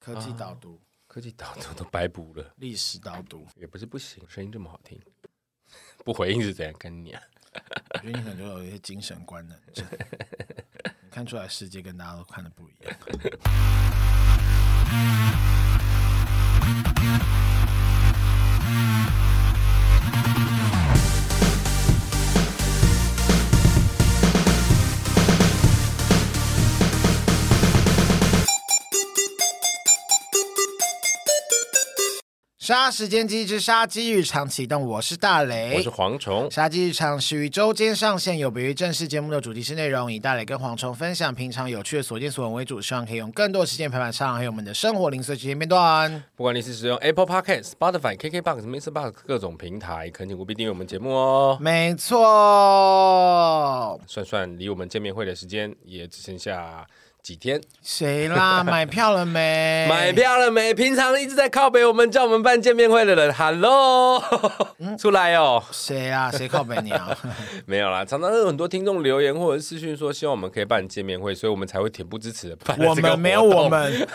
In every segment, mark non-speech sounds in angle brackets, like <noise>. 科技导读、科技导 <laughs> 读都白补了，历史导读，也不是不行，声音这么好听，不回应是怎样？干你啊！我觉得你可能就有一些精神官能症，你看出来世界跟大家都看的不一样。杀时间机之杀鸡日常启动，我是大雷，我是蝗虫，杀鸡日常是于周间上线，有别于正式节目的主题式内容，以大磊跟蝗虫分享平常有趣的所见所闻为主，希望可以用更多时间陪伴上，还有我们的生活零碎时间片段。不管你是使用 Apple Podcast、Spotify、KKBox、Mr. Box 各种平台，恳请务必订阅我们节目哦。没错，算算离我们见面会的时间也只剩下几天，谁啦？买票了没？买。票了没？平常一直在靠北我们叫我们办见面会的人，Hello，出嗯 <laughs> 来哦。谁啊？谁靠北你啊？没有啦，常常有很多听众留言或者是私讯说希望我们可以办见面会，所以我们才会恬不知耻的办了我这个们没有活动我们，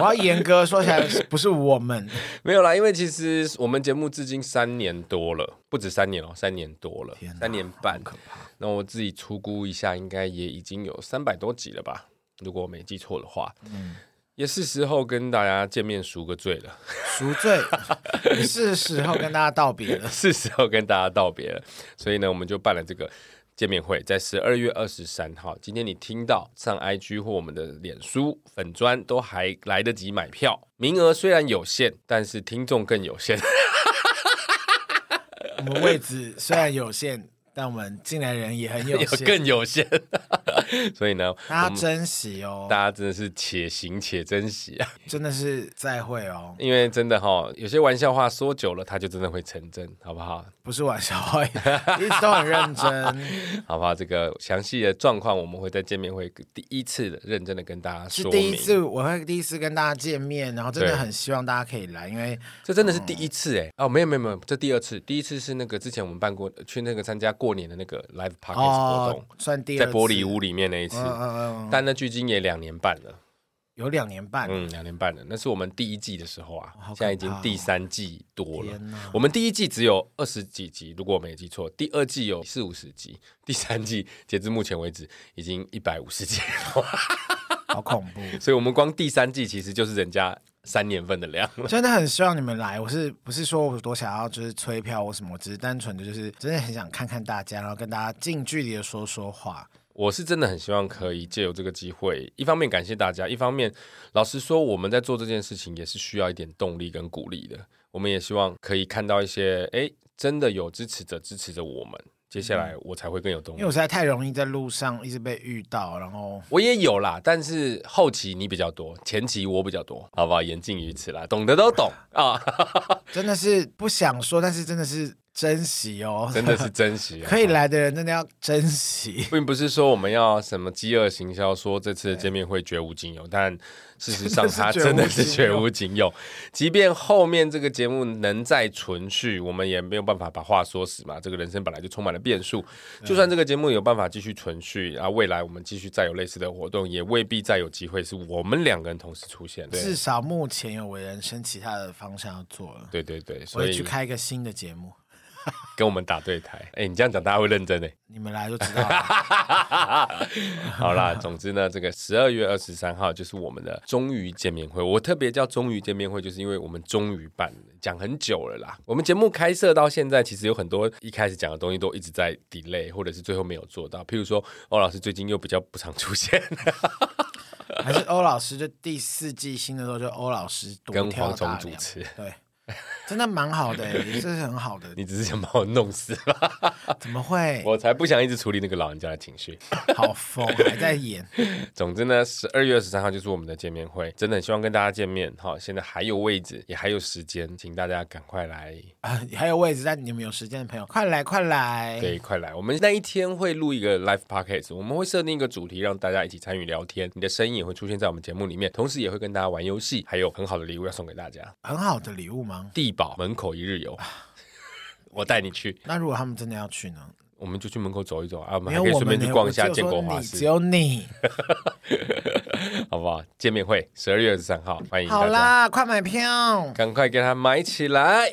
我要严格说起来，不是我们。没有啦，因为其实我们节目至今三年多了，不止三年哦，三年多了天，哪三年半。那我自己初估一下，应该也已经有三百多集了吧，如果我没记错的话。嗯也是时候跟大家见面赎个罪了， <laughs> 赎罪，是时候跟大家道别了。是时候跟大家道别了。所以呢，我们就办了这个见面会，在十二月二十三号。今天你听到上 IG 或我们的脸书粉砖都还来得及买票，名额虽然有限，但是听众更有限。我们位置虽然有限，但我们进来人也很有 <laughs> 有限，更有限，所以呢，大家珍惜哦，大家真的是且行且珍惜啊，真的是再会哦，因为真的哈、有些玩笑话说久了，它就真的会成真，好不好？ <laughs> 不是玩笑话，一直都很认真，好不好？这个详细的状况，我们会在见面会第一次的认真的跟大家是说第明。一次，我会第一次跟大家见面，然后真的对很希望大家可以来，因为这真的是第一次哎、哦，没有没有没有，这第二次，第一次是那个之前我们办过去那个参加过年的那个 live podcast 活哦动，，算第二在次玻璃，屋里面那一次，嗯嗯嗯，但那距今也两年半了。有两年半，嗯，两年半了，那是我们第一季的时候啊，好可怕哦现在已经第三季多了天哪。我们第一季只有二十几集，如果我没记错，第二季有四五十集，第三季截至目前为止已经一百五十集了，好恐 <laughs> 怖。所以我们光第三季其实就是人家三年份的量 <laughs> 了。真的很希望你们来，我是不是说我多想要就是催票或什么？我只是单纯的就是真的很想看看大家，然后跟大家近距离的说说话。我是真的很希望可以借由这个机会，一方面感谢大家，一方面老实说，我们在做这件事情也是需要一点动力跟鼓励的。我们也希望可以看到一些，诶，真的有支持者支持着我们，接嗯下来我才会更有动力因为。我实在太容易在路上一直被遇到，然后我也有啦，但是后期你比较多，前期我比较多，好不好？言尽于此啦，懂的都懂啊，真的是不想说，但是真的是珍惜哦， <laughs> 真的是珍惜、 <laughs> 啊。 <laughs> 可以来的人真的要珍惜。并不是说我们要什么饥饿行销，说这次的见面会绝无仅有，但事实上它真真的的是是绝绝无无仅有。 <laughs> 即便后面这个节目能再存续，我们也没有办法把话说死嘛。这个人生本来就充满了变数，就算这个节目有办法继续存续，啊，未来我们继续再有类似的活动，也未必再有机会是我们两个人同时出现。至 <laughs> 对少目前有我人生其他的方向要做了，对对对，我所会以去开一个新的节目，跟我们打对台。哎、你这样讲大家会认真哎。你们来就知道了。 <laughs> 好啦，总之呢，这个十二月二十三号就是我们的终于见面会。我特别叫终于见面会，就是因为我们终于办了，讲很久了啦。我们节目开设到现在，其实有很多一开始讲的东西都一直在 delay，或者是最后没有做到。譬如说，欧老师最近又比较不常出现， <laughs> 还是欧老师，就第四季新的时候，就欧老师独跟挑蝗虫大主梁，持。对，真的蛮好的、 <laughs> 欸，这是很好的。你只是想把我弄死吧？怎么会？我才不想一直处理那个老人家的情绪。好疯，还在演。总之呢，十二月二十三号就是我们的见面会，真的很希望跟大家见面。好，现在还有位置，也还有时间，请大家赶快来啊，还有位置，但你们有时间的朋友，快来快来！对，快来！我们那一天会录一个 live podcast，我们会设定一个主题，让大家一起参与聊天。你的声音也会出现在我们节目里面，同时也会跟大家玩游戏，还有很好的礼物要送给大家。很好的礼物吗？ <laughs> 地堡门口一日游，我带你去。那如果他们真的要去呢？我们就去门口走一走啊，我没们还有可以我顺们便呢，去逛一我下就建说国花你市 <laughs> 只，有你。好不好？见面会十二月二十三号，欢迎好大家，啦，快买票！赶快给它买起来。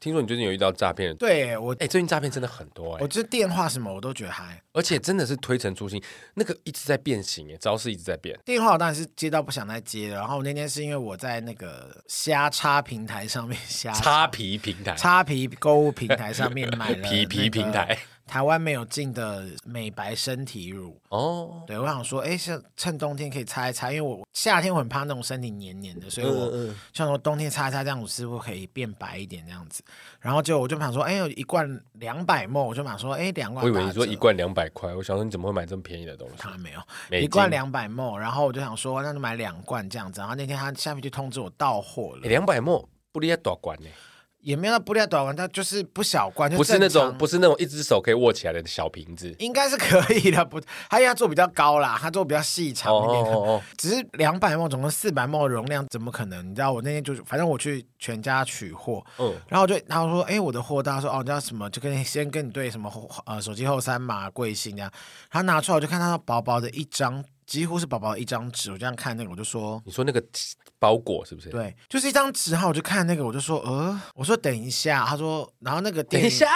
听说你最近有遇到诈骗？对我，哎、最近诈骗真的很多哎、我这电话什么我都觉得还。而且真的是推陈出新，那个一直在变形哎，招式一直在变。电话我当然是接到不想再接了，然后那天是因为我在那个虾叉平台上面虾擦皮平台，叉皮购物平台上面买了 <laughs> 皮皮平台，台湾没有进的美白身体乳。哦，对，我想说，哎，是趁冬天可以擦一擦，因为我夏天我很怕那种身体黏黏的，所以我嗯嗯嗯想说冬天擦一擦，这样我是不是可以变白一点这样子？然后就我就想说，哎，有一罐两百沫，我就想说，哎，两罐我以为你打说折一罐两百块，我想说你怎么会买这么便宜的东西？他没有美一罐金两百梦，然后我就想说，那就买两罐这样子。然后那天他下面就通知我到货了，哎两百墨不离多管呢，也也没有到布料短丸，它就是不小罐，就不是那正种常不是那种一只手可以握起来的小瓶子。应该是可以的，不，他要做比较高啦，他做比较细长一点的。哦，只是两百梦，总共四百梦的容量，怎么可能？你知道我那天就是，反正我去全家取货，嗯，然后我就然后说，哎，我的货到，他说哦，你知道什么？就跟先跟你对什么后呃手机后三码贵姓这样，他拿出来我就看到薄薄的一张，几乎是薄薄的一张纸，我这样看那个我就说，你说那个包裹是不是？，对，就是一张纸，然后我就看那个，我就说，呃，我说等一下，他说，然后那个店等一员，下，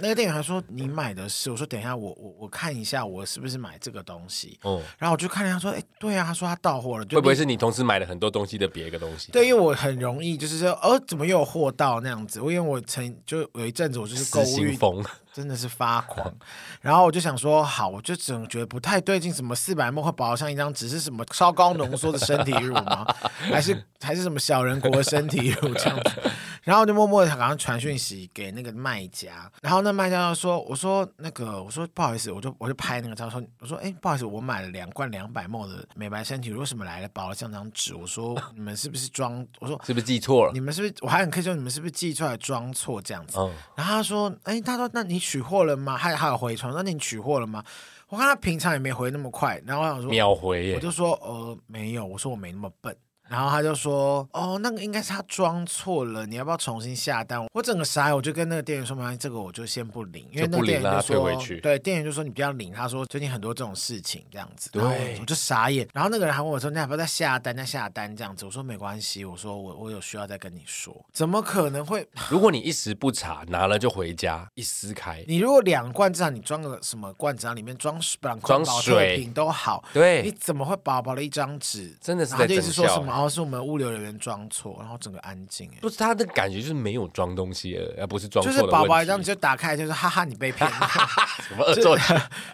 那个店员还说你买的是，我说等一下，我我我看一下我是不是买这个东西，哦，然后我就看了一下，他说，哎，对啊，他说他到货了，就会不会立？是你同时买了很多东西的别一个东西？对，因为我很容易就是说，呃，怎么又有货到那样子？因为我曾就有一阵子我就是购物失心欲疯， <laughs> 真的是发狂，然后我就想说，好，我就总觉得不太对劲，什么四百梦会薄像一张纸，是什么超高浓缩的身体乳吗？还是还是什么小人国的身体乳这样子？然后我就默默的赶快传讯息给那个卖家，然后那卖家就说，我说那个，我说不好意思，我就我就拍那个照说，我说哎、不好意思，我买了两罐两百梦的美白身体乳，为什么来了薄了像张纸？我说嗯你们是不是装？我说是不是记错了你？们是不是？我还很客气说，你们是不是寄出来装错这样子？嗯，然后他说：“哎，他说那你取货了吗？还还有回传，那你取货了吗？”我看他平常也没回那么快，然后我想说，秒回我耶，就说呃没有，我说我没那么笨。然后他就说：“哦，那个应该是他装错了，你要不要重新下单？”我整个傻眼，我就跟那个店员说：“没关系，这个我就先不领，因为就那不个店领员啦就说，退回去对，店员就说你不要领。”他说：“最近很多这种事情这样子。”对然后我就傻眼。然后那个人还问我说：“那要不要再下单？再下单这样子？”我说：“没关系，我说我我有需要再跟你说。”怎么可能会？如果你一时不查，拿了就回家，一撕开，你如果两罐至少你装个什么罐子啊，里面装水两罐装保水特瓶都好，你对，怎么会薄薄的一张纸？真的是然后在就一整直说什么笑。哦，是我们物流人员装错，然后整个安静哎，不是他的感觉就是没有装东西了，呃而不是装就错是的薄薄一问张题纸就打开就是哈哈你被骗了， <laughs> 什么恶作剧，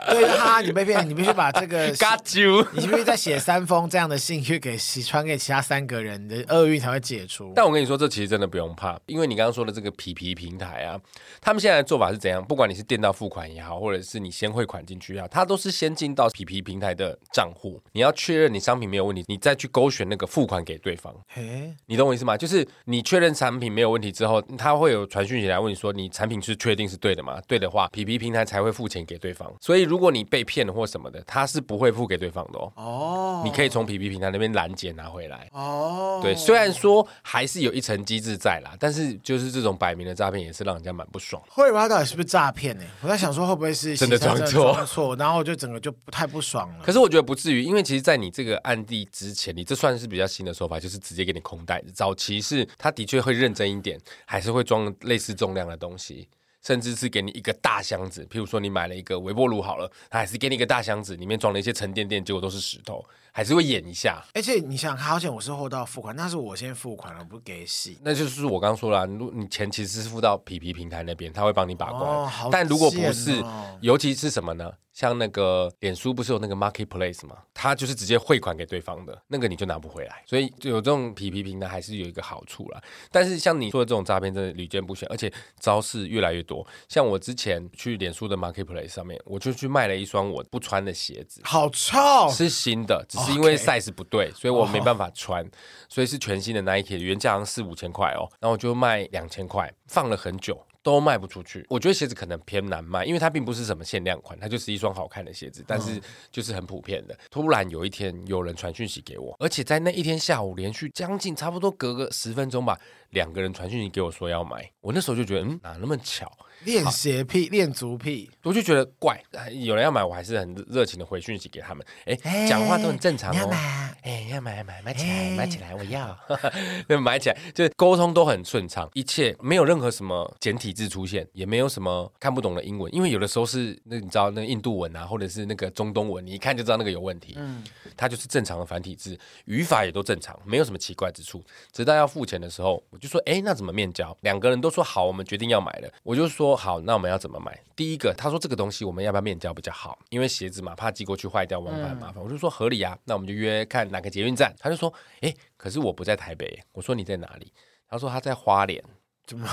对，哈哈你被骗了，你必须把这 <laughs> 个 got you。你是不是再写三封这样的信去给传给其他三个人，你的厄运才会解除？但我跟你说，这其实真的不用怕，因为你刚刚说的这个皮皮平台啊，他们现在的做法是怎样？不管你是电到付款也好，或者是你先汇款进去也好，它都是先进到皮皮平台的账户，你要确认你商品没有问题，你再去勾选那个付款给对方。哎，你懂我意思吗？就是你确认产品没有问题之后，他会有传讯息来问你说你产品是确定是对的吗？对的话，皮皮平台才会付钱给对方。所以如果你被骗了或什么的，他是不会付给对方的哦。哦，你可以从皮皮平台那边拦截拿回来。哦，对，虽然说还是有一层机制在啦，但是就是这种摆明的诈骗也是让人家蛮不爽。会吧？到底是不是诈骗呢？我在想说会不会是真的洗车装错装错，然后我就整个就不太不爽了。可是我觉得不至于，因为其实，在你这个案例之前，你这算是比较新的手法，就是直接给你空袋子。早期是他的确会认真一点，还是会装类似重量的东西，甚至是给你一个大箱子。譬如说，你买了一个微波炉好了，他还是给你一个大箱子，里面装了一些沉甸甸，结果都是石头，还是会演一下。而且你想，好险我是后到付款，那是我先付款了，我不是给洗。那就是我刚刚说了、啊，如你钱其实是付到皮皮平台那边，他会帮你把关。哦好但如果不是，贱哦尤其是什么呢？像那个脸书不是有那个 marketplace 吗？他就是直接汇款给对方的，那个你就拿不回来。所以就有这种皮皮平台还是有一个好处啦。但是像你说的这种诈骗，真的屡见不鲜，而且招式越来越多。像我之前去脸书的 marketplace 上面，我就去卖了一双我不穿的鞋子。好臭！是新的，只是因为哦 OK size 不对，所以我没办法穿，哦所以是全新的 Nike，原价好像四五千块哦，然后我就卖两千块，放了很久，都卖不出去。我觉得鞋子可能偏难卖，因为它并不是什么限量款，它就是一双好看的鞋嗯子，但是就是很普遍的。突然有一天有人传讯息给我，而且在那一天下午连续将近差不多隔个十分钟吧，两个人传讯息给我说要买，我那时候就觉得嗯哪那么巧，练鞋癖、练足癖，我就觉得怪，有人要买我还是很热情的回讯息给他们，哎，哎讲话都很正常你要哦买。哎，要买买买起来，哎买起来，我要， <laughs> 那买起来，就是沟通都很顺畅，一切没有任何什么简体字出现，也没有什么看不懂的英文，因为有的时候是那你知道那个印度文啊，或者是那个中东文，你一看就知道那个有问题。嗯，它就是正常的繁体字，语法也都正常，没有什么奇怪之处。直到要付钱的时候，我就说，哎，那怎么面交？两个人都说好，我们决定要买了。我就说好，那我们要怎么买？第一个，他说这个东西我们要不要面交比较好？因为鞋子嘛，怕寄过去坏掉，往返很麻烦。我就说合理啊，那我们就约看哪个捷运站。他就说，哎，可是我不在台北。我说你在哪里？他说他在花莲。怎么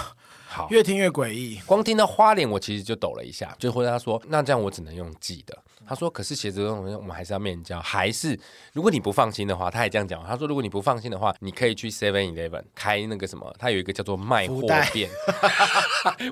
好，越听越诡异？光听到花莲，我其实就抖了一下，就回答说：“那这样我只能用寄的。”他说：“可是鞋子这种东西，我们还是要面交，还是如果你不放心的话，他也这样讲。他说如果你不放心的话，你可以去 Seven Eleven 开那个什么，他有一个叫做卖货福袋店，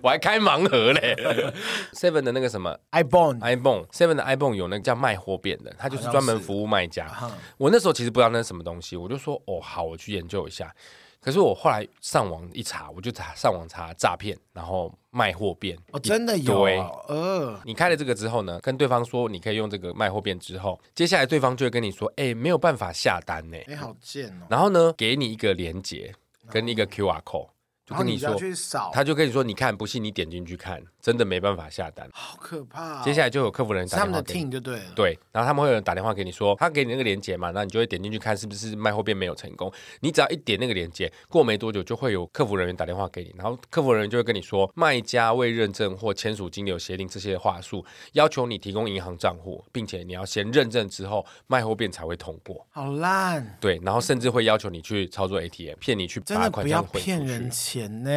我还开盲盒嘞。Seven 的那个什么 iPhone iPhone Seven 的 iPhone 有那个叫卖货店的，它就是专门服务卖家好像是嗯。我那时候其实不知道那是什么东西，我就说哦好，我去研究一下。可是我后来上网一查，我就查上网查诈骗，然后卖货变哦，真的有对哦呃，你开了这个之后呢，跟对方说你可以用这个卖货变之后，接下来对方就会跟你说，哎、没有办法下单呢、你好贱哦。然后呢，给你一个链接跟一个 QR code，就然后跟你你就要说，去扫，他就跟你说，你看，不信你点进去看，真的没办法下单。好可怕哦。接下来就有客服人员是打他电们话的给你。 team 就对了。对，然后他们会有人打电话给你说，他给你那个链接嘛，那你就会点进去看是不是卖货变没有成功。你只要一点那个链接，过没多久就会有客服人员打电话给你，然后客服人员就会跟你说，卖家未认证或签署金流协定这些话术，要求你提供银行账户，并且你要先认证之后，卖货变才会通过。好烂，对，然后甚至会要求你去操作 ATM，骗你去真把的款不项要汇出骗人去。嗯钱呢、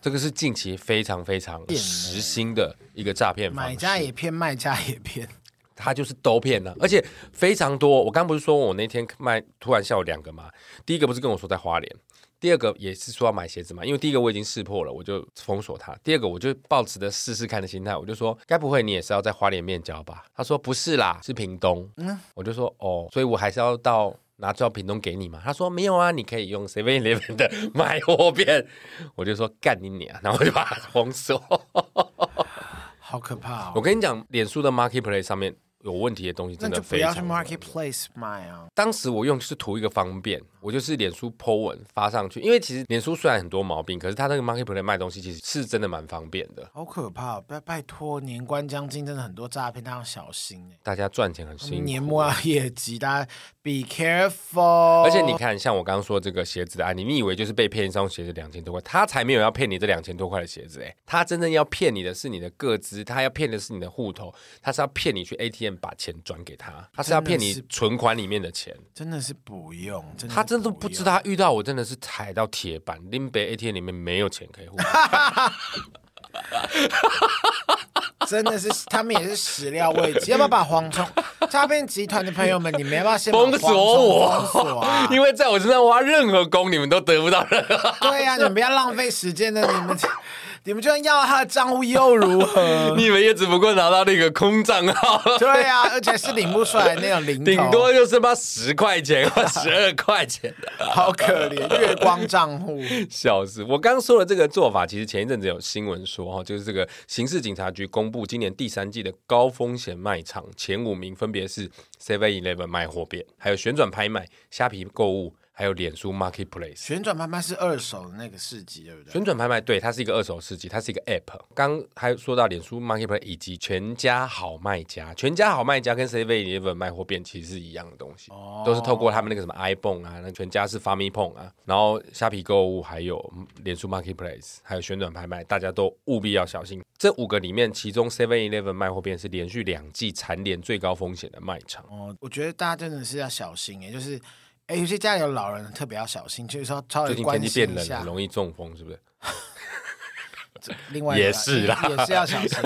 这个是近期非常非常骗人实心的一个诈骗方买式。家也骗，卖家也骗，他就是都骗了，而且非常多。我刚不是说我那天卖突然下午两个嘛，第一个不是跟我说在花莲，第二个也是说要买鞋子嘛，因为第一个我已经识破了，我就封锁他；第二个我就抱持着试试看的心态，我就说该不会你也是要在花莲面交吧？他说不是啦，是屏东。嗯，我就说哦，所以我还是要到。拿到屏东给你嘛？他说没有啊，你可以用 Seven Eleven 的买货变。我就说干你娘，然后我就把他封锁。好可 <laughs> 怕我哦。跟你讲，脸书的 Marketplace 上面有问题的东西那真的就不非要常去多。 marketplace 买啊，当时我用就是图一个方便，我就是脸书 po 文发上去，因为其实脸书虽然很多毛病，可是它那个 Marketplace 卖东西其实是真的蛮方便的。好可怕、哦！拜拜托，年关将近，真的很多诈骗，大家要小心哎、大家赚钱很辛苦，年末要业绩，大家 be careful。而且你看，像我刚刚说这个鞋子的案例，你以为就是被骗一双鞋子两千多块，他才没有要骗你这两千多块的鞋子、欸，他真正要骗你的是你的个资，他要骗的是你的户头，他是要骗你去 ATM 把钱转给他，他是要骗真的你是存款里面的钱。真的是不用，真的他真的不用知。道，他遇到我真的是踩到铁板，林北 ATM 里面没有钱可以换。真的是，他们也是始料 <laughs> 未及。要不要把蝗虫诈骗集团的朋友们，你们要不要先把封蝗锁虫我， <laughs> 封锁啊 <laughs> ！因为在我身上挖任何功，你们都得不到任何。 <laughs> 对呀、你们不要浪费时间的，你们你们就算要了他的账户又如何？ <laughs> 你们也只不过拿到那个空账号，对呀、而且是 <laughs> 领不出来那种零头，顶多就是妈十块钱 <laughs> <laughs> 或十二块钱的，好可怜，月光账户。笑死！我刚说的这个做法，其实前一阵子有新闻说哈，就是这个刑事警察局公布今年第三季的高风险卖场前五名分别是 Seven Eleven 卖货店，还有旋转拍卖、虾皮购物，还有脸书 Marketplace。旋转拍卖是二手的那个市集，对不对？旋转拍卖对，它是一个二手市集，它是一个 App。刚还说到脸书 Marketplace 以及全家好卖家，全家好卖家跟 Seven Eleven 卖货店其实是一样的东西，哦都是透过他们那个什么 iPhone 啊，那全家是 Famicom 啊，然后虾皮购物还有脸书 Marketplace，还有旋转拍卖，大家都务必要小心。这五个里面，其中 Seven Eleven 卖货店是连续两季蝉联最高风险的卖场。哦，我觉得大家真的是要小心，也就是。哎，有些家里有老人，特别要小心，就是要稍最微近关天气心变一冷，下很。容易中风，是不是？另外一个也是啦 <laughs> 也是要小心，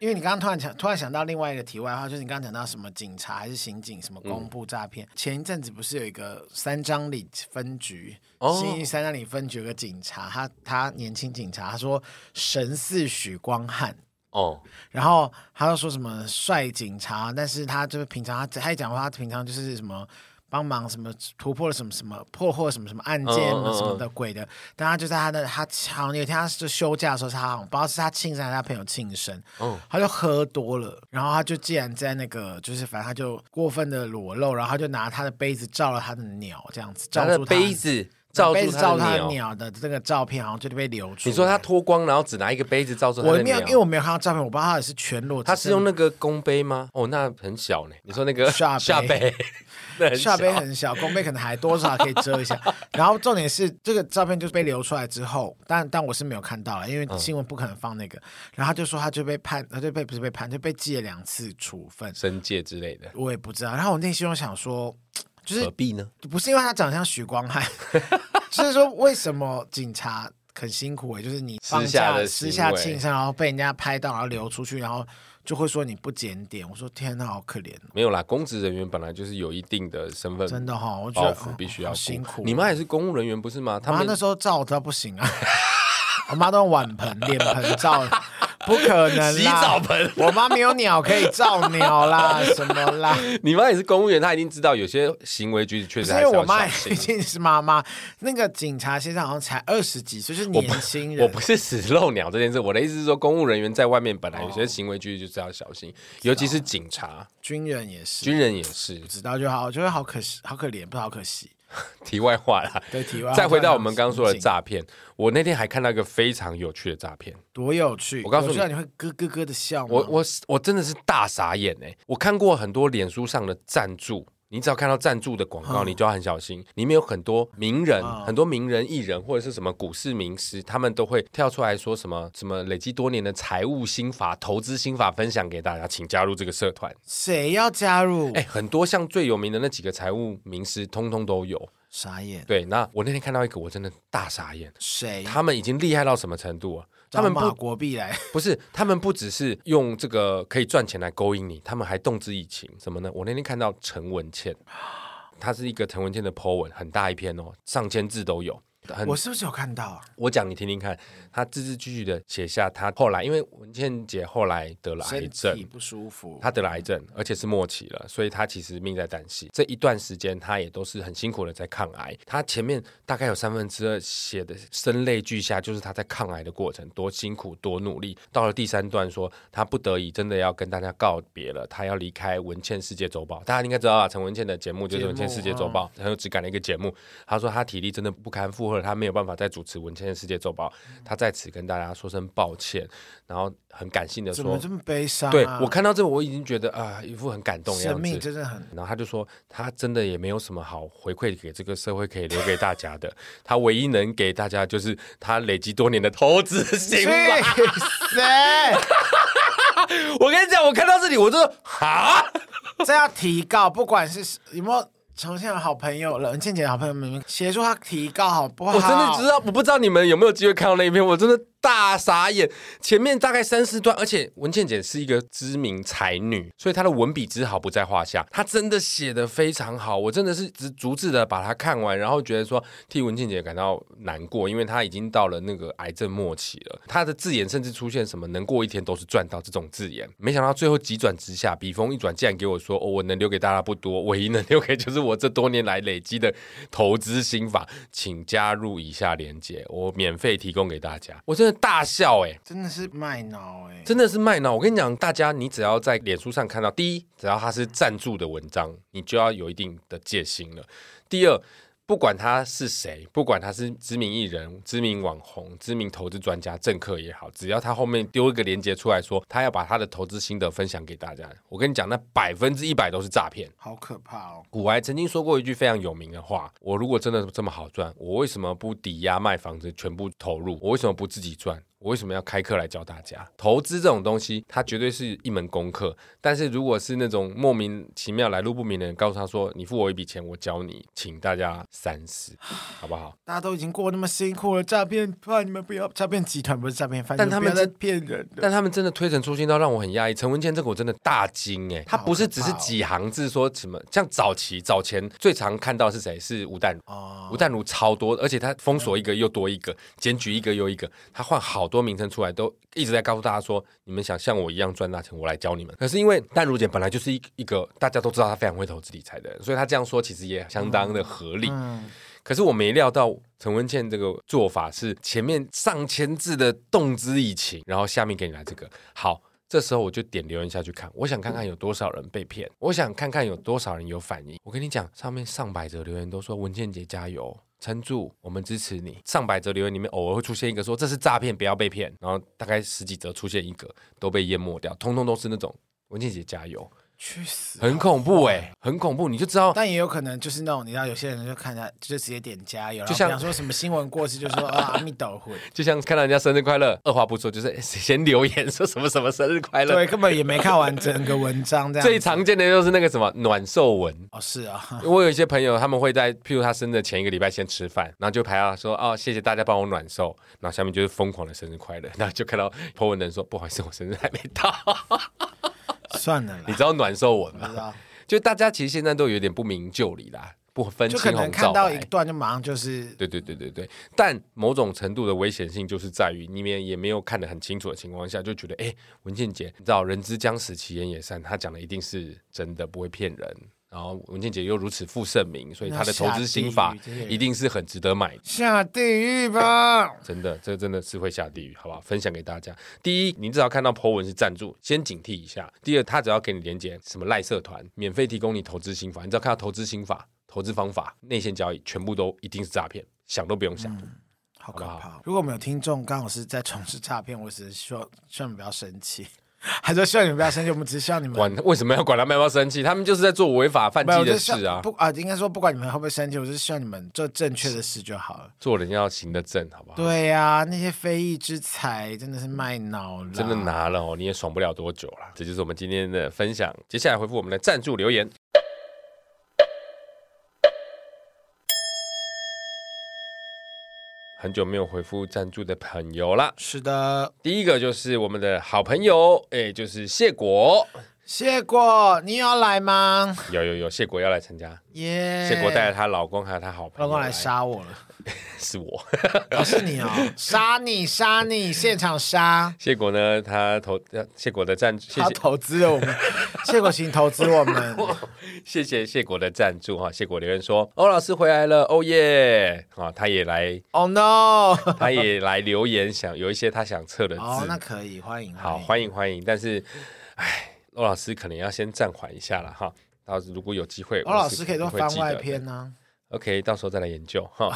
因为你刚刚突然想突然想到另外一个题外话，就是你刚刚讲到什么警察还是刑警什么嗯公布诈骗，前一阵子不是有一个三张里分局，哦新义三张里分局有个警察，他他年轻警察，他说神似许光汉。哦，然后他就说什么帅警察，但是他就是平常他他一讲话，他平常就是什么帮忙什么突破了什么什么破获什么什么案件啊嗯嗯嗯什么的鬼的，但他就在他的他好像有一天他就休假的时候，他好像不知道是他庆生还是他朋友庆生，嗯他就喝多了，然后他就竟然在那个就是反正他就过分的裸露，然后他就拿他的杯子照了他的鸟，这样子他照的住他杯。子罩杯住子照他他的的鸟鸟。的这个照片，好像就被流出。你说他脱光，然后只拿一个杯子罩住他我的没有，因为鸟，我没有看到照片，我不知道他也是全裸。他只是用那个公杯吗？哦，那很小呢。你说那 <laughs> 个下杯下杯，那很下小杯很小，弓背可能还多少可以遮 <laughs> 一下。然后重点是这个照片就是被流出来之后，但但我是没有看到了，因嗯为新闻不可能放那个。然后他就说他就被判，他就被不是被判，就被记了两次处分。生界之类的，我也不知道。然后我内心又想说，就是何必呢？不是因为他长得像许光汉， <laughs> 就是说为什么警察很辛苦、欸？就是你放私下假的私行下为庆生，然后被人家拍到，然后流出去，然后就会说你不检点。我说天哪，好可怜哦，没有啦，公职人员本来就是有一定的身份真的哈、我觉包得袱，哦必须要好顾辛苦哦。你妈也是公务人员不是吗？他我妈们那时候照我照不行啊，我妈都用碗盆、脸盆照，不可能啦。洗澡盆我妈没有鸟可以照鸟啦，什么啦？你妈也是公务员，她一定知道有些行为举止确不实是还因是为要我妈小已心。啊经是妈妈，那个警察先生好像才二十几岁，就是年轻我人不。是死漏鸟这件事，我的意思是说，公务人员在外面本来有哦些行为举止就是要小心，尤其啊是警察、军人也是，军人也是。知道就好，我觉得好可惜，好可怜，不是好可惜。题外话啦，对，啊题外话再回到我们刚刚说的情景，诈骗，我那天还看到一个非常有趣的诈骗，多有趣！我告诉你知道你会咯咯咯的笑吗？我我我真的是大傻眼哎、我看过很多脸书上的赞助。你只要看到赞助的广告，嗯你就要很小心。里面有很多名人、嗯很多名人、艺人或者是什么股市名师，他们都会跳出来说什么什么累积多年的财务心法、投资心法分享给大家，请加入这个社团。谁要加入？哎，很多像最有名的那几个财务名师，通通都有。傻眼，对，那我那天看到一个，我真的大傻眼。谁？他们已经厉害到什么程度啊？他们找不马国币来，不是，他们不只是用这个可以赚钱来勾引你，他们还动之以情。什么呢？我那天看到陈文 <gasps> 茜，她是一个陈文茜的 po 文，很大一篇哦，上千字都有。很我是不是有看到啊？我讲你听听看，她字字句句的写下她后来，因为文茜姐后来得了癌身症体，不舒服，她得了癌症，而且是末期了，所以她其实命在旦夕。这一段时间，她也都是很辛苦的在抗癌。她前面大概有三分之二写的声泪俱下，就是她在抗癌的过程多辛苦多努力。到了第三段说，她不得已真的要跟大家告别了，她要离开文茜世界周报。大家应该知道啊，陈文茜的节目就节是目文茜世界周报，很有质感的一个节目。她说她体力真的不堪负荷，她没有办法再主持文茜的世界周报。她在此跟大家说声抱歉，然后很感性的怎说么这么悲伤、啊？对我看到这，我已经觉得啊、一副很感动的生样命子。真的 <laughs> 很然后他就说，他真的也没有什么好回馈给这个社会，可以留给大家的。他唯一能给大家就是他累积多年的投资 <laughs> 心去法。哎死！我跟你讲，我看到这里，我就说哈， <laughs> 这要提告，不管是有没有重庆的好朋友、冷倩姐的好朋友们，协助他提告好不好？我真的知道，我不知道你们有没有机会看到那一篇，我真的大傻眼。前面大概三四段，而且文倩姐是一个知名才女，所以她的文笔之好不在话下。她真的写的非常好，我真的是只逐字的把它看完，然后觉得说替文倩姐感到难过，因为她已经到了那个癌症末期了。她的字眼甚至出现什么“能过一天都是赚到”这种字眼，没想到最后急转直下，笔锋一转，竟然给我说：“哦，我能留给大家不多，唯一能留给就是我这多年来累积的投资心 <laughs> 法，请加入以下链接，我免费提供给大家。”我真的大笑哎、真的是卖脑哎、真的是卖脑！我跟你讲，大家你只要在脸书上看到，第一，只要它是赞助的文章，你就要有一定的戒心了；第二，不管他是谁，不管他是知名艺人、知名网红、知名投资专家、政客也好，只要他后面丢一个链接出来说他要把他的投资心得分享给大家，我跟你讲，那百分之一百都是诈骗。好可怕哦！古埃曾经说过一句非常有名的话：“我如果真的这么好赚，我为什么不抵押卖房子全部投入？我为什么不自己赚？我为什么要开课来教大家？投资这种东西，它绝对是一门功课。但是如果是那种莫名其妙来路不明的人，告诉他说：“你付我一笔钱，我教你。”请大家三思，好不好？大家都已经过那么辛苦了，诈骗犯你们不要，诈骗集团不是诈骗犯，但你他不们要再骗人的。但他们真的推陈出新到让我很压抑。陈文健这个我真的大惊哎、他不是只是几行字说什么，像早期早前最常看到是谁？是吴淡如。哦吴淡如超多，而且他封锁一个又多一个，检举一个又一个，他换好多名称出来，都一直在告诉大家说，你们想像我一样赚大钱，我来教你们。可是因为淡如姐本来就是一一个大家都知道她非常会投资理财的人，所以她这样说其实也相当的合理。嗯，可是我没料到陈文茜这个做法是前面上千字的动之以情，然后下面给你来这个好。这时候我就点留言下去看，我想看看有多少人被骗，我想看看有多少人有反应。我跟你讲，上面上百则留言都说文倩姐加油，撑住，我们支持你。上百则留言里面偶尔会出现一个说这是诈骗，不要被骗，然后大概十几则出现一个都被淹没掉，通通都是那种文倩姐加油，去死！很恐怖哎、很恐怖，你就知道但也有可能就是那种，你知道，有些人就看他就直接点加油，然就后像想说什么新闻过去就 <laughs> 说啊阿弥陀佛，就像看到人家生日快乐，二话不说就是诶哎先 <laughs> 留言说什么什么生日快乐。对，根本也没看完整个文章这样子。最常见的就是那个什么暖寿文。哦是啊， <laughs> 我有一些朋友，他们会在譬如他生日前一个礼拜先吃饭，然后就排到说哦，谢谢大家帮我暖寿，然后下面就是疯狂的生日快乐， <laughs> 然后就看到 po 文的人说不好意思，我生日还没 <laughs> 到，算了啦，你知道暖寿文不知吗？道，就大家其实现在都有点不明就里啦，不分就可青能红看皂到一白。段就马上就是对对对对对，但某种程度的危险性就是在于你们也没有看得很清楚的情况下，就觉得哎，诶文倩姐，你知道人之将死，其言也善，她讲的一定是真的，不会骗人。然后文倩姐又如此负盛名，所以她的投资心法那下地狱这些人一定是很值得买的。下地狱吧。真的，这真的是会下地狱，好不好？分享给大家。第一，你至少看到 Po 文是赞助，先警惕一下。第二，他只要给你连接什么赖社团，免费提供你投资心法，你只要看到投资心法、投资方法、内线交易，全部都一定是诈骗，想都不用想。好可好不怕！如果我们有听众刚好是在从事诈骗，我只是希望希望你们不要生气， <laughs> 还说希望你们不要生气，我们只是希望你们管 <laughs> 为什么要管他们要不要生气？他们就是在做违法犯没有纪我就的是事啊，不啊，应该说不管你们会不会生气，我就是希望你们做正确的事就好了。做人要行得正，好不好？对呀、那些非议之财真的是卖脑了，真的拿了哦，你也爽不了多久啦。这就是我们今天的分享。接下来回复我们的赞助留言。很久没有回复赞助的朋友啦。是的，第一个就是我们的好朋友，哎、就是谢果，谢果，你有要来吗？有有有，谢果要来参加。耶、谢果带着她老公还有她好朋友，哎老公来，杀我了，是我。 <laughs> 哦、是你哦，杀你杀你，现场杀。谢果呢，他投谢果的赞助，谢他谢投资了我们，谢果请投资我 <laughs> 们，谢谢谢果的赞助哈，谢果留言说欧老师回来了，哦耶！啊，他 <laughs> 也来， Oh no！他也来留言，想有一些他想测的字，哦，那可以，欢迎，好欢迎欢迎，但是，哎，欧老师可能要先暂缓一下了哈。到时如果有机会，欧老师可以做做番外篇呢、 ，OK，到时候再来研究 <laughs> 哈。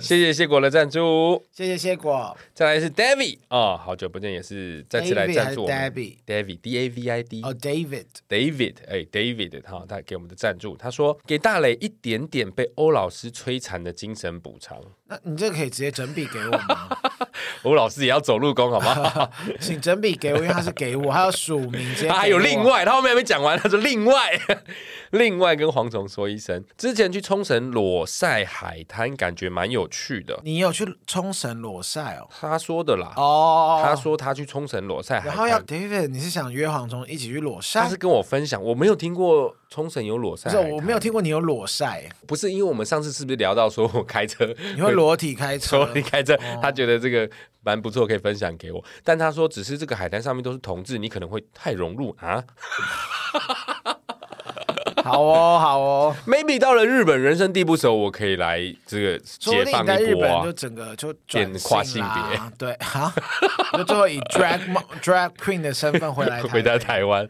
谢谢谢果的赞助，谢谢谢果，再来是 David 哦，好久不见，也是再次来 David 赞助我还们是 David David D A V I D 哦，David， David，哎，David 哈，他给我们的赞助，他说给大磊一点点被欧老师摧残的精神补偿，那你这个可以直接整笔给我 <laughs> 吗？欧老师也要走路工，<laughs> 好吗？请整笔给我，因为他是给我，还有署名，直接给我他还有另，外，他后面还没讲完，他说另外， <laughs> 另外跟蝗虫说一声，之前去冲绳裸晒海滩，感觉蛮有趣的，你有去冲绳裸晒哦，他说的啦，哦，他，说他去冲绳裸晒海然后要滩， David，你是想约黄忠一起去裸晒他是？跟我分享，我没有听过冲绳有裸晒不海是，滩，我没有，听过你有裸晒，不是因为我们上次是不是聊到说我开车你会裸体开 <laughs> 说车你开车，哦他觉得这个蛮不错，可以分享给我。但他说，只是这个海滩上面都是同志，你可能会太融入啊。好哦，好哦， Maybe 到了日本人生地不熟，我可以来这个说不解定放你在一日波本啊就。整个就转变跨性别啦，对啊， <laughs> 就最后以 drag mo- drag queen 的身 <laughs> 份回来回到湾台湾，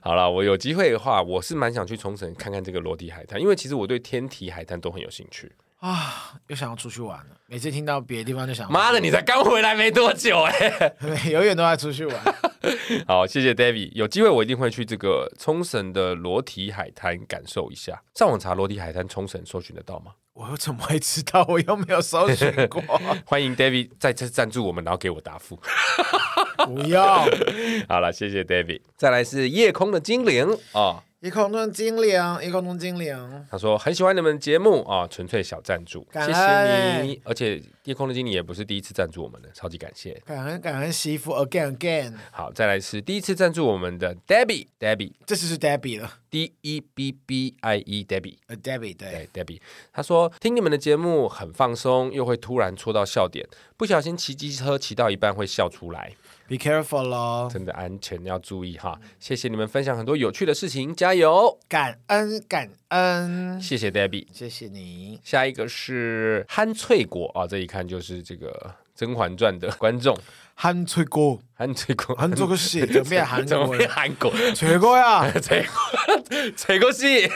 好了，我有机会的话，我是蛮想去冲绳看看这个裸体海滩，因为其实我对天体海滩都很有兴趣。啊，又想要出去玩了。每次听到别的地方就想，妈的，你才刚回来没多久哎、 <laughs> 永远都在出去玩。 <laughs> 好，谢谢 David，有机会我一定会去这个冲绳的裸体海滩感受一下。上网查裸体海滩冲绳搜寻得到吗？我又怎么会知道？我又没有搜寻 <laughs> 过。 <laughs> 欢迎 David 再次赞助我们，然后给我答复。 <laughs> 不要，好了，谢谢 David。再来是夜空的精灵哦，一空中精灵，一空中精灵，他说很喜欢你们节目啊、哦，纯粹小赞助，感谢谢你。而且夜空的精灵也不是第一次赞助我们的，超级感谢。感恩感恩媳妇 again again，好，再来是第一次赞助我们的 Debbie，Debbie 这就是 Debbie 了 D E B B I E Debbie。呃，Debbie 对，对，Debbie，他说听你们的节目很放松，又会突然戳到笑点，不小心骑机车骑到一半会笑出来， be careful 咯，真的安全要注意哈。谢谢你们分享很多有趣的事情，加油！感恩感恩，谢谢 Debbie。谢谢你。下一个是憨翠果啊，这一看就是这个《甄嬛传》的观众，韩翠哥，憨翠果，韩做个戏，怎么变韩怎么国变人？韩国？翠哥呀， <laughs> 吹吹过戏。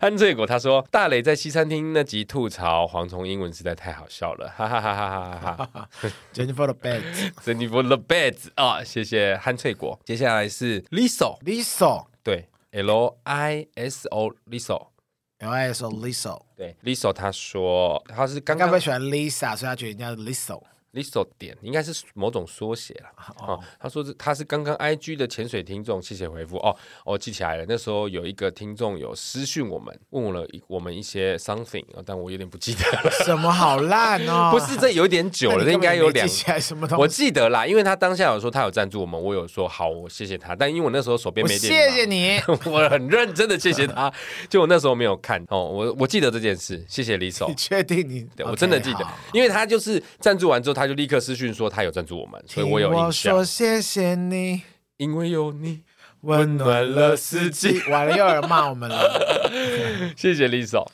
安翠果他说，大磊在西餐厅那集吐槽蝗虫英文实在太好笑了，哈哈哈哈哈哈哈！ Jennifer 的 bed 珍妮佛 The Beds 啊、谢谢憨翠果。接下来是 Liso， Liso 对，L I S O Liso， L I S O Liso，对，Liso 他说他是刚他该刚不会喜欢 Lisa，所以他觉得人家是 Liso。 Liso 点应该是某种缩写啦。啊哦，他说是他是刚刚 IG 的潜水听众，谢谢回复哦。我、记起来了，那时候有一个听众有私讯我们，问我了一我们一些 something，哦但我有点不记得了。什么好烂哦？ <laughs> 不是，这有点久那了，你这应该有根本也两没记起来什么东西。我记得啦，因为他当下有说他有赞助我们，我有说好，我谢谢他。但因为我那时候手边我没电脑， <laughs> 谢谢你，我很认真的谢谢他。就我那时候没有看哦，我我记得这件事，谢谢李手你。确定你？对 OK，我真的记得好因为他就是赞助完之后，他就立刻私讯说他有赞助我们，所以我有听印说象。谢谢你，因为有你， <laughs> 温暖了四季。完了又有人骂我们了。 <laughs> 谢谢李手。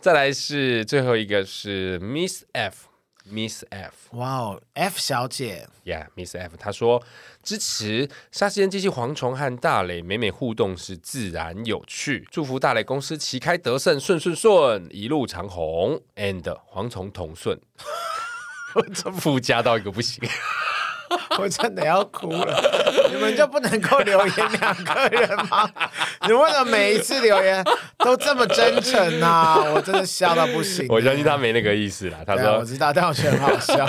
再来是最后一个是 Miss F，Miss F。哇哦，F 小姐， Yeah，Miss F，她说支持《杀时间机器》蝗虫和大雷每每互动时自然有趣，祝福大雷公司旗开得胜，顺顺顺，一路长虹，and 蝗虫同顺。 <laughs> <laughs> 附加到一个不行， <laughs> 我真的要哭了。你们就不能够留言两个人 <laughs> 吗？你为什么每一次留言都这么真诚呢、我真的笑到不行。我相信他没那个意思啦。他对啊，我说知道，但我觉得很好 <laughs> 笑。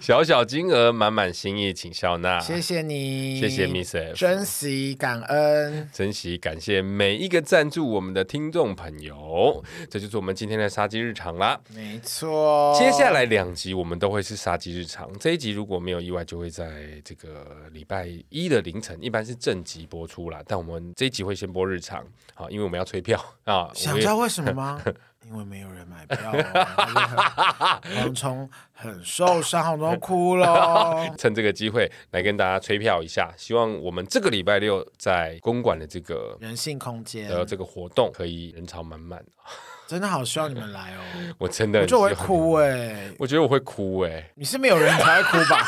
小小金额，满满心意，请笑纳，谢谢你，谢谢 Miss F 珍惜感恩。珍惜感谢每一个赞助我们的听众朋友，这就是我们今天的杀鸡日常啦。没错，接下来两集我们都会是杀鸡日常，这一集如果没有意外，就会在这个礼拜一的凌晨，一般是正集播出啦。但我们这一集会先播日常，好，因为我们要催票啊。想我知也道为什么 <laughs> 吗？因为没有人买票、哦，蝗虫很受伤，蝗虫哭 <laughs> 了。趁这个机会来跟大家催票一下，希望我们这个礼拜六在公馆的这个人性空间，的这个活动可以人潮满满。真的好希望你们来哦。我真的我很就会希望哭哎、我觉得我会哭哎、你是没有人才会哭吧？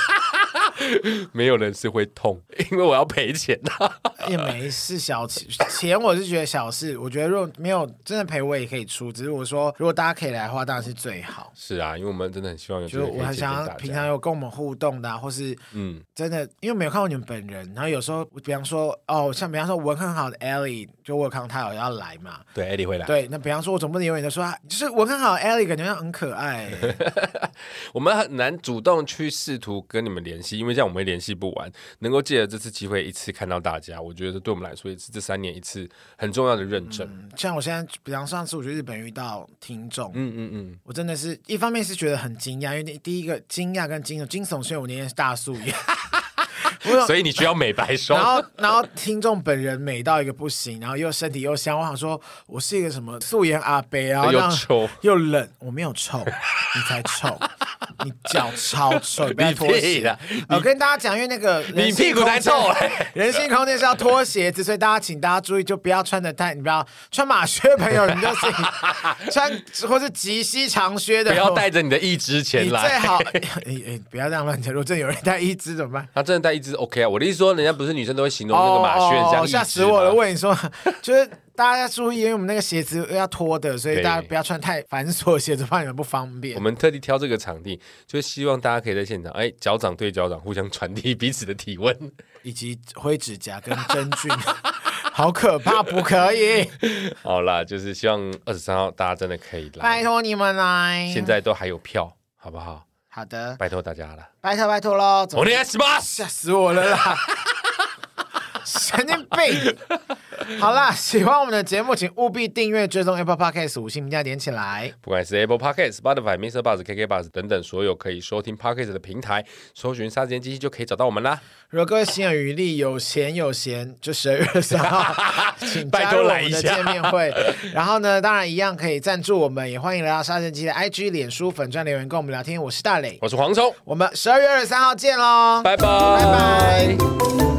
没有人是会痛， <laughs> 因为我要赔钱啊的、也没事，小钱钱我是觉得小事。我觉得如果没有真的陪我也可以出，只是我说如果大家可以来的话，当然是最好。是啊，因为我们真的很希望有机就是会可以我很接见想大要家平常有跟我们互动的、啊，或是嗯。真的，因为没有看过你们本人，然后有时候，比方说，哦，像比方说文很好的 Ellie，就我有看到她有要来嘛，对，Eddie 啊会来。对，那比方说，我总不能永远都说，啊就是文很好的 Ellie 感觉很可 <laughs> 爱，我们很难主动去试图跟你们联系，因为这样我们会联系不完。能够借着这次机会一次看到大家，我觉得对我们来说也是这三年一次很重要的认证。嗯嗯像我现在，比方上次我去日本遇到听众。嗯嗯我真的是一方面是觉得很惊讶，因为第第一个惊讶跟惊悚，惊悚是因为我那天是大素颜，我有所以你需要美白然霜。后，然后听众本人美到一个不行，然后又身体又香。我想说，我是一个什么素颜阿伯，然后又让臭又冷，我没有臭，你才 <laughs> 臭，你脚超臭，你不要你脱屁鞋的！我跟大家讲，因为那个人性你屁股才臭空间欸 <laughs> 人性空间是要脱鞋子，所以大家请大家注意，就不要穿的太，你不要穿马靴，朋友，你就是穿或是及膝长靴的，不要带着你的一只钱你最来。好，哎 <laughs> 哎，不要这样乱讲。如果真的有人带一只怎么办？他真的带一只 OK 啊！我的意思说，人家不是女生都会形容那哦个马靴很像一只吓吗死我了！我跟你说， <laughs> 就是大家要注意，因为我们那个鞋子要脱的，所以对大家不要穿太繁琐的鞋子，怕你们不方便我。们特地挑这个场地，就希望大家可以在现场，哎，脚掌对脚掌，互相传递彼此的体温。以及灰指甲跟真菌， <laughs> 好可怕，不可 <laughs> 以， <laughs> 好啦，就是希望二十三号大家真的可以拜来，托你们来。现在都还有票，好不好？好的，拜托大家了，拜托拜托喽，走お願いします。吓死我了啦！ <laughs> 神经病！好啦，喜欢我们的节目，请务必订阅、追踪 Apple Podcast 五星评价点起来。不管是 Apple Podcast、Spotify、Mr. Buzz、KK Buzz 等等所有可以收听 Podcast 的平台，搜寻“杀时间机器”就可以找到我们啦。如果各位心有余力，有闲有闲，就十二月三 <laughs> 号，请加拜入托我来们一的下见面 <laughs> 会。然后呢，当然一样可以赞助我们，也欢迎来到沙尘机的 IG、脸书粉专留言跟我们聊天。我是大磊，我是蝗虫，我们十二月二十三号见喽，拜拜，拜拜